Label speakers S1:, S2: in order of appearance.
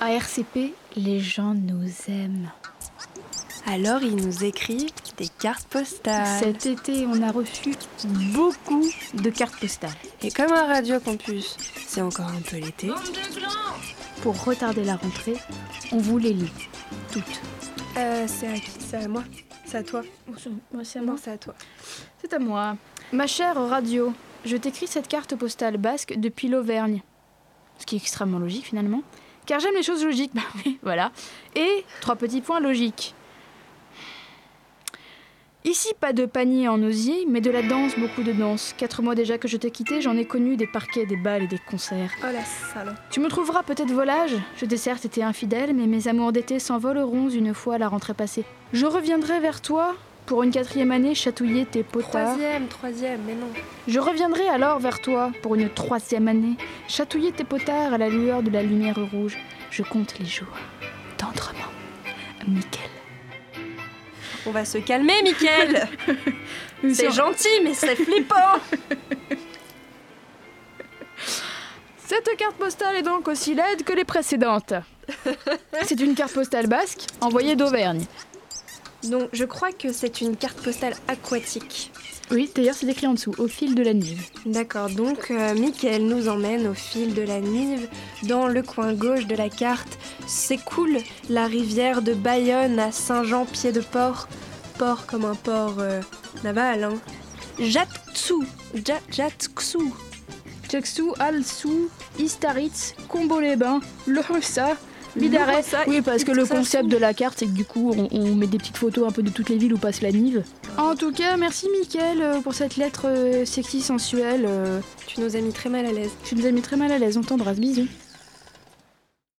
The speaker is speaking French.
S1: À RCP, les gens nous aiment.
S2: Alors ils nous écrivent des cartes postales.
S1: Cet été, on a reçu beaucoup de cartes postales.
S2: Et comme à Radio Campus, c'est encore un peu l'été.
S1: Pour retarder la rentrée, on vous les lit toutes.
S2: Euh, c'est à qui C'est à moi C'est à toi
S1: C'est
S2: Non, c'est à toi.
S1: C'est à moi. Ma chère radio, je t'écris cette carte postale basque depuis l'Auvergne. Ce qui est extrêmement logique finalement. Car j'aime les choses logiques, bah oui, voilà. Et trois petits points logiques. Ici, pas de panier en osier, mais de la danse, beaucoup de danse. Quatre mois déjà que je t'ai quitté, j'en ai connu des parquets, des balles et des concerts.
S2: Oh la salope.
S1: Tu me trouveras peut-être volage. Je t'ai certes été infidèle, mais mes amours d'été s'envoleront une fois la rentrée passée. Je reviendrai vers toi pour une quatrième année chatouiller tes potards.
S2: Troisième, troisième, mais non.
S1: Je reviendrai alors vers toi pour une troisième année chatouiller tes potards à la lueur de la lumière rouge. Je compte les jours. Tendrement. Michael.
S2: On va se calmer, Mickaël C'est gentil, mais c'est flippant
S1: Cette carte postale est donc aussi laide que les précédentes. C'est une carte postale basque envoyée d'Auvergne.
S2: Donc, je crois que c'est une carte postale aquatique.
S1: Oui, d'ailleurs, c'est écrit en dessous, au fil de la nuit.
S2: D'accord, donc euh, Mickaël nous emmène au fil de la Nive, dans le coin gauche de la carte. S'écoule la rivière de Bayonne à Saint-Jean-Pied-de-Port. Port comme un port euh, naval, hein. Jatsu, Ja- Jatsu.
S1: Tcheksu, Alsou, Istaritz, Combo-les-Bains, Lorussa, Bidaret.
S2: Lorussa,
S1: Oui, parce que le
S2: Istaritz,
S1: concept
S2: Alsou.
S1: de la carte, c'est que du coup, on, on met des petites photos un peu de toutes les villes où passe la Nive. En tout cas, merci Mickaël euh, pour cette lettre euh, sexy sensuelle. euh,
S2: Tu nous as mis très mal à l'aise.
S1: Tu nous as mis très mal à l'aise, on t'embrasse, bisous.